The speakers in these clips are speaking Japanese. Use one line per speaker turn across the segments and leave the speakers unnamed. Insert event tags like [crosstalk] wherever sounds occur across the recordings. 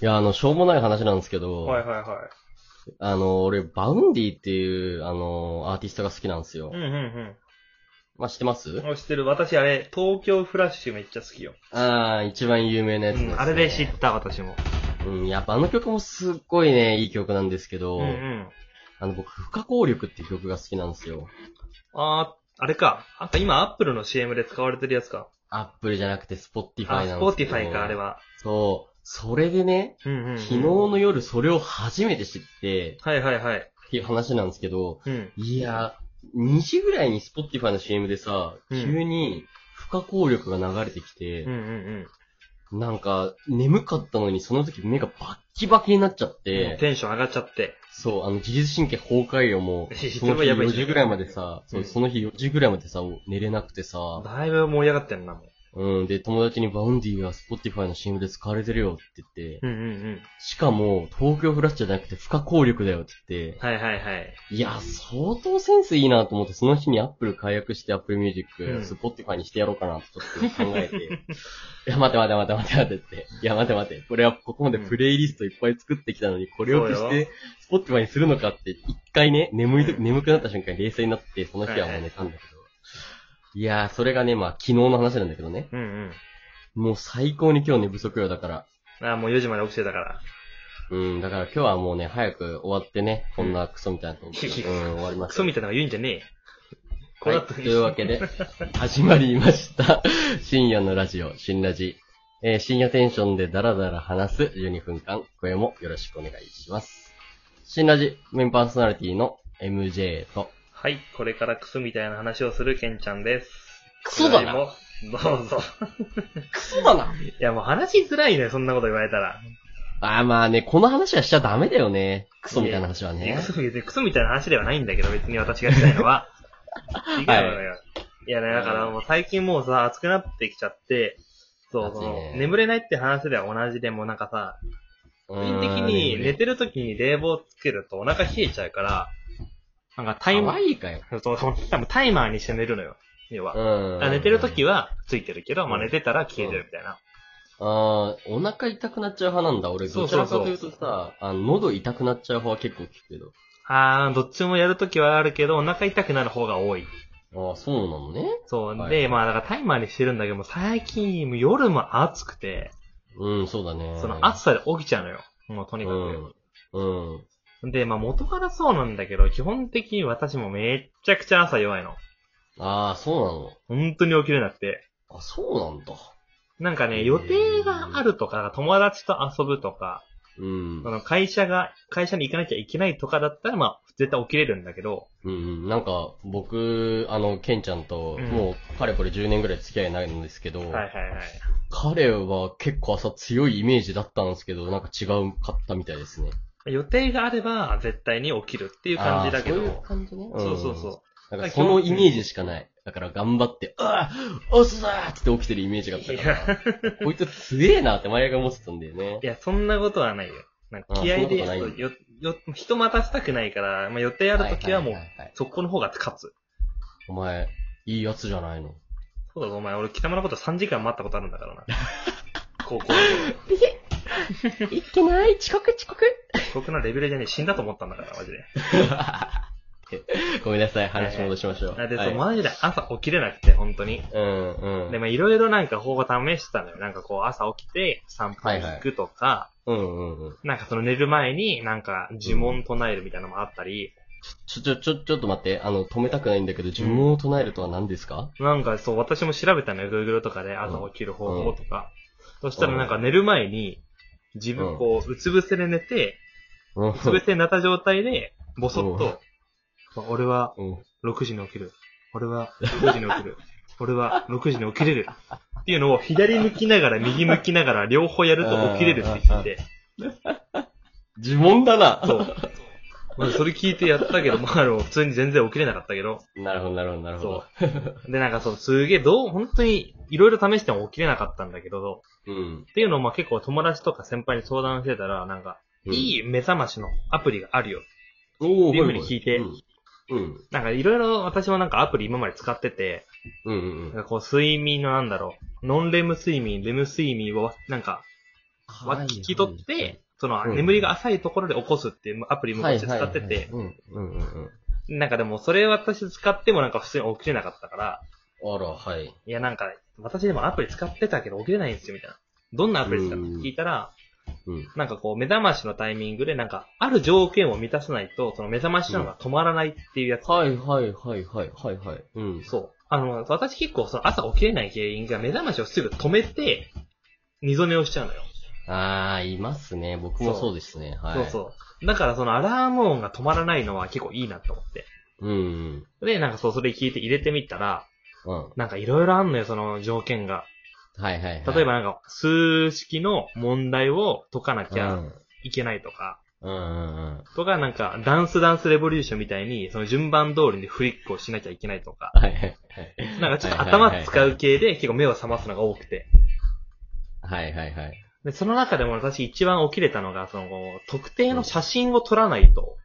いや、あの、しょうもない話なんですけど、
はいはいは
あの、俺、バウンディっていう、あの、アーティストが好きなんですよ。
い。うんうん
まあ、知ってます
うん。あ知ってる。私あれ、東京フラッシュめっちゃ好きよ。
ああ、一番有名なやつです、ね
うんあれで知った、私も。
うん、やっぱあの曲もすっごいね、いい曲なんですけ
う
ど、
んうん。
あの、僕、不可抗力っていう曲が好きなんですよ。
あー、あれか。なんか今、アップルの CM で使われてるやつか。
アップルじゃなくて、スポッティフ
あ、
ァイ
ス
なん
ポ
で
ー
すけ
テ
ど。
ィファイか、あれ。は。
そう。それでね、
うんうん、うん。
昨日の夜それを初めて知って、
はいはいはい。
っていう話なんですけど、
うん。
いや、2時ぐらいに Spotify の CM でさ、
うん
急に不可抗力が流れてきて
うんう、んうん。
なんか眠かったのにその時目がバッキバキになっちゃって、
テンション上がっちゃって。
そう、あの自律神経崩壊よ
[laughs]
もう、その
それは
日
やばい
4
じゃん
時ぐらいまでさ、そううんその日4時ぐらいまでさ、寝れなくてさ、
だいぶ盛り上がってんな、もう。
うん、で、友達にバウンディが Spotify の CM で使われてるよって言って、
うんうん
しかも東京フラッシュじゃなくて不可抗力だよって言って
うん。、はいはいはい。
いや、相当センスいいなと思って、その日に Apple 解約して Apple Music、
うん
Spotify にしてやろうかなとちょっと考
[laughs]
えて、いや、待て待て待て待て待てって、いや、待て待て、これはここまでプレイリストいっぱい作ってきたのに、これを消
そ
し
うよ
て Spotify にするのかって、一回ね、眠いと、
うん
眠くなった瞬間に冷静になって、その日はもう寝たんだけど、いやー、それがね、まあ、昨日の話なんだけどね、
うんうん。
もう最高に今日寝不足よ、だから。
あー、もう4時まで起きてたから。
うん、だから今日はもうね、早く終わってね、こんなクソみたいなと
[laughs]
思って、うん、終わりま
ク
す。
ソみたいなの言うんじゃねえよ。こ
は
う
い
なった、
というわけで、始まりました。深夜のラジオ、新ラジ。えー深夜テンションでダラダラ話す12分間、これもよろしくお願いします。新ラジ、メインパーソナリティの MJ と、
はい、これからクソみたいな話をするケンちゃんです。
クソだな
今宵もどう [laughs] ぞ。
クソだない
や、もう話しづらいね、そんなこと言われたら。
あーまあね、この話はしちゃダメだよね。クソみたいな話はい
や
ね
ク。ソクソみたいな話ではないんだけど、別に私がしたいの
[laughs]
は。違うのよ。いやね、だからもう最近もうさ、暑くなってきちゃって、そう、そ
暑い
の
ね、
眠れないって話では同じでもなんかさ、
個
個人的に寝てる時に冷房つけるとお腹冷えちゃうから、なんかタイマ
可
ー、
愛いかよ。
そう、多分タイマーにして寝るのよ。要は。
う
だから寝てる時
は。
はついてるけど、まあ寝てたら消えてるみたいな。
あーお腹痛くなっちゃう派なんだ。俺、どちらかというとさ、あの喉痛くなっちゃう派は結構聞くけど。
あー、どっちもやるときはあるけど、お腹痛くなる方が多い。
ああ、そうなのね。
そう。
はい
で、まあ、だからタイマーにしてるんだけども、最近、もう夜も暑くて、
うん、そうだね。
その暑さで起きちゃうのよ。もうとにかく。
うん。うん。
で、まあ、元からそうなんだけど、基本的に私もめっちゃくちゃ朝弱いの。
ああ、そうなの。
本当に起きれなくて。
あ、そうなんだ。
なんかね、予定があるとか、友達と遊ぶとか、
うん
そ。の会社が、会社に行かなきゃいけないとかだったら、まあ、絶対起きれるんだけど、
うんうん。なんか、僕、あの、ケンちゃんと、
うん
もう、かれこれ10年ぐらい付き合いないんですけど、
はいはいはい。
彼は結構朝強いイメージだったんですけど、なんか違うかったみたいですね。
予定があれば、絶対に起きるっていう感じだけ
あーそういう
ど、
感じね。
そうそうそう。
うん。なんか、そのイメージしかない。だから、頑張って、ああ遅だーっつって起きてるイメージがあったから、こいつ強えなって前が思ってたんだよね
[laughs] い。や、そんなことはないよ。なん
あ
か気合
そ
で、
んなことない
よ、よ、人待たせたくないから、まあ、予定あるときはもう
い、いいはい
そこの方が勝つ。
お前、いいやつじゃないの。
そうだぞ、お前。俺、北村のこと3時間待ったことあるん
[laughs]
だからな。高校の
いけない遅刻遅刻
頃。酷なレベルじゃねえ、死んだと思ったんだから、マジで。
ごめんなさい、話戻しましょう。
あで、
は
そう、
い
マジで朝起きれなくて、本当に。
うんうん。
で、まあ、いろいろなんか方法試してたのよ。なんかこう、朝起きて散歩行くとか、
うんうんうん。
なんかその寝る前になんか呪文唱えるみたいなのもあったり、
ちょ、ちょ、ちょ、ちょっと待って。あの、止めたくないんだけど、呪文を唱えるとは何ですか
なんかそう、私も調べたのよ、Google とかで朝起きる方法とか。そしたらなんか寝る前に、自
うん
分こう、うつ伏せで寝て、
うん。
うつ伏せになった状態で、ぼそっ
うん
と、俺は
うん
6時に起きる。俺は6時に起きる。俺は6時に起きれる。っていうのを左向きながら右向きながら両方やると起きれるって聞いて。
呪文だな。
そう。まあそれ聞いてやったけど、まああの、普通に全然起きれなかったけど。
なるほど、なるほど、なるほど
そ。う。で、なんかそう、すげえ、どう、本当に、いろいろ試しても起きれなかったんだけど、
うん。
っていうのをまあ結構友達とか先輩に相談してたら、なんか、
うん
いい目覚ましのアプリがあるよ。
おー
っていうふうに聞いて
うん。うん。
なんかいろいろ私もなんかアプリ今まで使ってて、
うんうん
なんかこう睡眠のなんだろう、ノンレム睡眠、レム睡眠をなんかは聞き取って、その
うん
眠りが浅いところで起こすっていうアプリ昔使って
はいはい
て、
はいはいうん、うん、うん
なんかでもそれ私使ってもなんか普通に起きれなかったから、
うん。あら、はい。
いやなんか私でもアプリ使ってたけど起きれないんですよみたいな。どんなアプリですかって聞いたら、
うん。
なんかこう目覚ましのタイミングでなんかある条件を満たさないと、その目覚ましなのが止まらないっていうやつ。
はい、はい、はい、はい、はい、はい。うん。
そう。あの、私結構その朝起きれない原因が目覚ましをすぐ止めて、二度寝をしちゃうのよ。
ああ、いますね。僕もそうですね。はい。
そうそう。だからそのアラーム音が止まらないのは結構いいなと思って。
う。うん、
で、なんかそう、それ聞いて入れてみたら、
うん。うん。
なんかいろいろあんのよ、その条件が。
はい、はい、はい。
例えばなんか、数式の問題を解かなき
う
ゃ
ん、
いけないとか、
うん、うん、うん。
とかなんか、ダンスダンスレボリューションみたいに、その順番通りにフリックをしなきゃいけないとか、
はい、はい、はい。
なんかちょっと
はいはいはい
頭使う系で結構目を覚ますのが多くて。
はい、はい、はい。
で、その中でも私一番起きれたのが、その、特定の写真を撮らないと、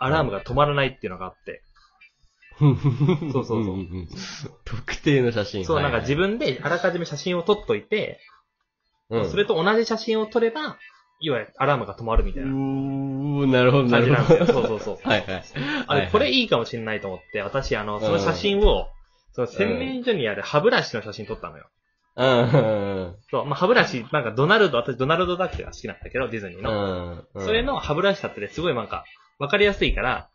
アラームが止まらないっていうのがあって、
そう
そうそうん
んん [laughs] 特定の写真。
そう、
は
ないんか自、分であらかじめ写真を撮っといて、
うん
それと同じ写真を撮れば、いわゆるアラームが止まるみ
う
たいな
ーなるほど、な
感じ
る
なんです
ほ
よ。
ど。
そうそうそ
[laughs]
う。
はいはい。[laughs]
あ
はいは
れ、
い
これいいかもしれないと思って、私、あの、その写真を、その洗面所にある歯ブラシの写真撮ったのよ。
うん。
そう、まあ、歯ブラシ、なんかドナルド、私ドナルドダックが好きなんだけど、ディズニー
う
の。
ん。うん
それ、の歯ブラシだったですごいなんか、わかりやすいから、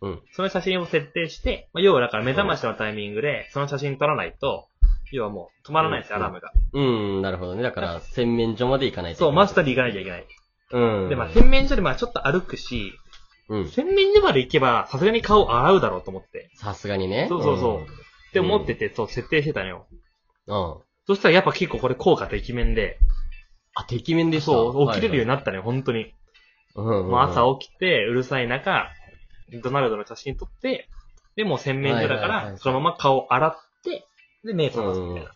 うん。
その写真を設定して、まあ、要はだから目覚ましのタイミングで、その写真撮らないと、要はもう止まらないんですよ、
う
ア
ん
ラームが。
うん、なるほどね。だから、洗面所まで行かないと。
そう、マスターに行かなきゃいけない。
うん。
で、まあ、洗面所でまあちょっと歩くし、
うん。
洗面所まで行けば、さすがに顔洗うだろうと思って、
さすがにね。
そうそうそうって思ってて、そう、設定してたのよ。
うん。うん。
そしたらやっぱ結構これ効果てきめんで、
あ、てきめんでした。
そう、起きれるよう
う
になったね、本当に。
に。うんうん。
もう朝起きて、うるさい中、ドナルドの写真撮って、で、もう洗面所だ
はい
か
はいは
ら、
い
そのまま顔洗って、で、目覚ますみたいな。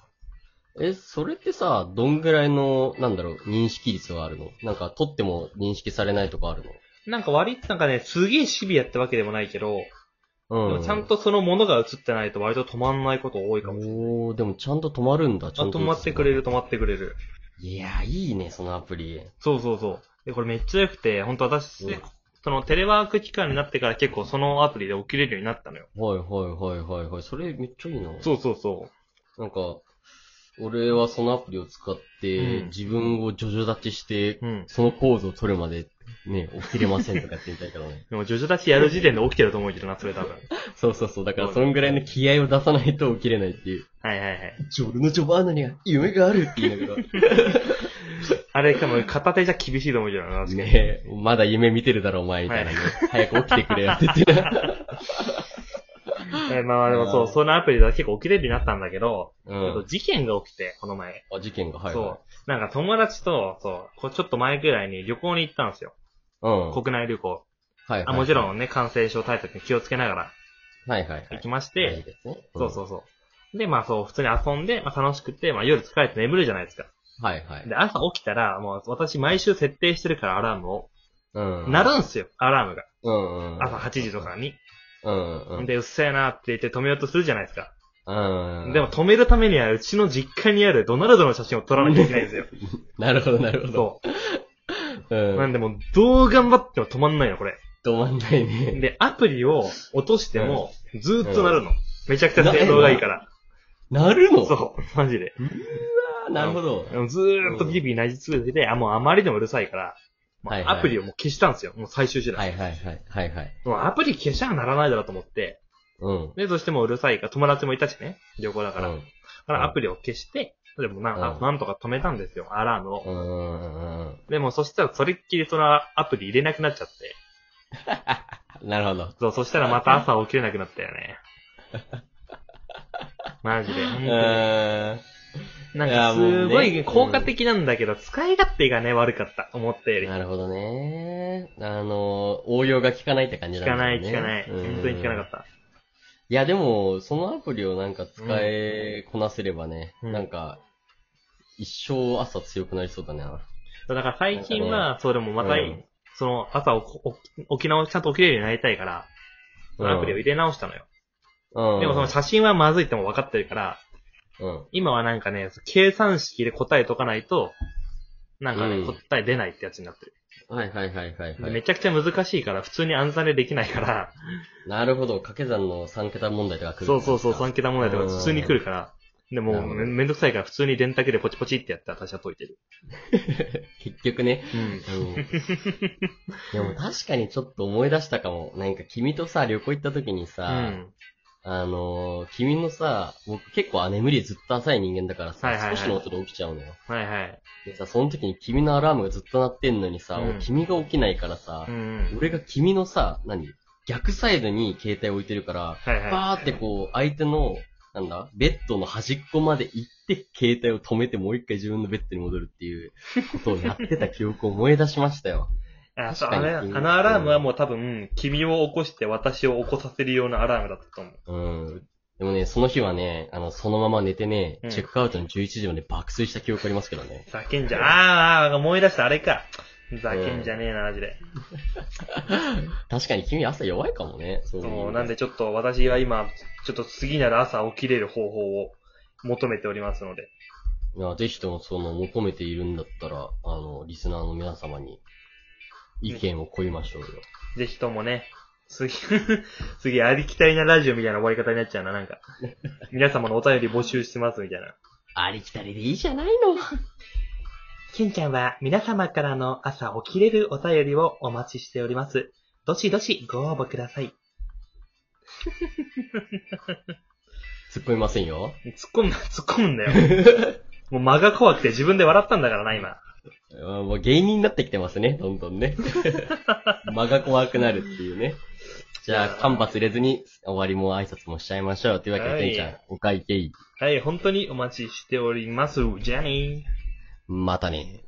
え、それってさ、どんぐらいの、なんだろう、認識率があるのなんか、撮っても認識されないとかある
なんか割となんかね、すげえシビアってわけでもないけど、
の
で
う
も
ん。
ちゃんとそのものが映ってないと割と止まんないこと多いかもしれない。
おおでもちゃんと止まるんだ、ち
あ
ゃんと。
止まってくれ。る、止まってくれる。
いやー、いいね、そのアプリ。
そうそうそう。で、これめっちゃ良くて、本当私、
うん
そのテレワーク期間になってから結構そのアプリで起きれるようになったのよ。
はいはいはいはいはい。それめっちゃいいな。
そうそうそう。
なんか、俺はそのアプリを使って、
うん
自分をジョジョ立ちして、
うん。
そのポーズを取るまで、ね、起きれませんとかやってみたいからね。
でも、ジョジョ立ちやる時点で起きてると思うけどな、それ多分。
[laughs] そうそうそう。だから、そんぐらいの気合を出さないと起きれないっていう。
はいはいはい。
ジョルのジョバーナには夢があるって言いながら。
あれ、多分片手じゃ厳しいと思うけどな、確かに。
ねえ、まだ夢見てるだろ、お前、みたいなね。早く起きてくれよって言
[laughs]
ってな。
えーまあでもそうう、
ん
そのアプリでは結構起きれるようになったんだけど、
う
ちょっ
ん
と。事件が起きて、この前。
あ、事件が、はい、
そ
は
う。なんか友達と、そう、こうちょっと前くらいに旅行に行ったんですよ。
い。うん。はい
国内旅行。
はい。
あもちろんね、感染症対策に気をつけながら
はいはいは
行
い
き。まし
いい
て、
ですね。
そうそうそう。で、まあそう、普通に遊んで、まあ楽しくて、まあ夜疲れて眠るじゃないですか。
うん。はいはい。
で、朝起きたら、もう私毎週設定してるからアラームを。
うん。
鳴るんすよ、アラームが。
うんうん。
朝8時とかに。
うんうん。
で、うっせえなって言って止めようとするじゃないですか。
うん。
でも、止めるためには、うちの実家にあるドナルドの写真を撮らなきゃいけないんですよ。
なるほどなるほど。。
そうう。なんんでもう、どう頑張っても止まんないの、これ。
止まんない
[laughs]
ね。
で、アプリを落としても、ずーっとなるの。めちゃくちゃ性能がいいから。
なるの
そう、マジで。
う。なるほど。
ずーっとビリビリなじ続けて、あ、もうあまりでもうるさいから、もう
はいはい
アプリをもう消したんですよ。もう最終手
は
段。
いはいはい。はいはい。
もうアプリ消しちゃならないだろうと思って、
うん。
で、どうしてもうるさいから、友達もいたしね、旅行だ
う
から。だ
ん。
からアプリを消して、でもなん
う
か
ん
なんとか止めたんですよ、アラームを。
うん。うん。
でもそしたらそれっきりそのアプリ入れなくなっちゃって。
なるほど。
そう、そしたらまた朝起きれなくなったよ
[laughs]
ね。マジで。
う
本当
ん。
になん
いや
か
もうね
すごい効果的なんだけど、使い勝手がね、悪かった。思ったより。
なるほどね。あの、応用が効かないって感じ
聞
だ
かない、
ね。
聞かない。本当に聞かなか
た。
った。
いや、でも、そのアプリをなんか使えこなせればね、
うん
なんか、一生朝強くなりそうだね。
そうだから最近
なん
は、そうでもまた
うん、
その朝起こ起き起き直し、ちゃんと起きれるようになりたいから、そのアプリを入れ直したのよ。
うん。
でもその写真はまずいっても分かってるから、
うん。
今はなんかね、計算式で答えとかないと、なんかね、
うん
答え出ないってやつになってる。
はいはいはいはい、
で
は
め
い。
ちゃくちゃ難しいから、普通に暗算でできないから、
なるほど。掛け算の3桁問題とか来る
そうそうそう、3桁問題とか普通に来るから、で
な
も
るほど
め、めんどくさいから普通に電卓でポチポチってやって私は解いてる。
結局ね。
うん。 [laughs]
うん。でも確かにちょっと思い出したかも。なんか君とさ、旅行行った時に
う
さ、
ん。
あのー君のさ、僕結構眠りずっと浅い人間だからさ、
はいはいはい
少しの音で起きちゃうのよ。
はいはい。
でさ、その時に君のアラームがずっと鳴ってんのにさ、
うん
君が起きないからさ
う、ん。
俺が君のさ、何逆サイドに携帯置いてるから、
はいはい。
バーってこう、相手の、なんだ、ベッドの端っこまで行って、携帯を止めてもう一回自分のベッドに戻るって
[laughs]
いうことをやってた記憶を思い出しましたよ。
あそうあ
確か
れ
に
あのアラームはもう多分、君を起こして私を起こさせるようなアラームだったと思う。
うん。でもね、その日はね、あの、そのまま寝てね、
うん
チェックアウトの11時まで爆睡した記憶ありますけど
[laughs]
ね。
ざけんじゃ、あーあー、思い出した、あれか。ざけんじゃねえな、マジで。
確かに君朝弱いかもね。そう
そうなんでちょっと私は今、ちょっと次なる朝起きれる方法を求めておりますので。
いや、ぜひともその、求めているんだったら、あの、リスナーの皆様に、意見をこいましょうよ。
ぜひともね、 [laughs] 次、次ありきたりなラジオみたいな終わり方になっちゃうな、なん [laughs] か。皆様のお便り募集してますみたいな。
ありきたりでいいじゃないの。
けんちゃんは皆様からの朝起きれるお便りをお待ちしております。どしどしご応募ください。
突っ込みませんよ。
突っ込むな、突っ込むんだよ。 [laughs] もう間が怖くて自分で笑ったんだからな、今。
うんもう芸人になってきてますね、どんどん [laughs] ね。間が怖くなるっていうね。じゃあ、間髪入れずに、終わりも挨拶もしちゃいましょう。というわけで、
はい
けんちゃん、お会計、
はい、本当にお待ちしております。じゃあねー。
またね。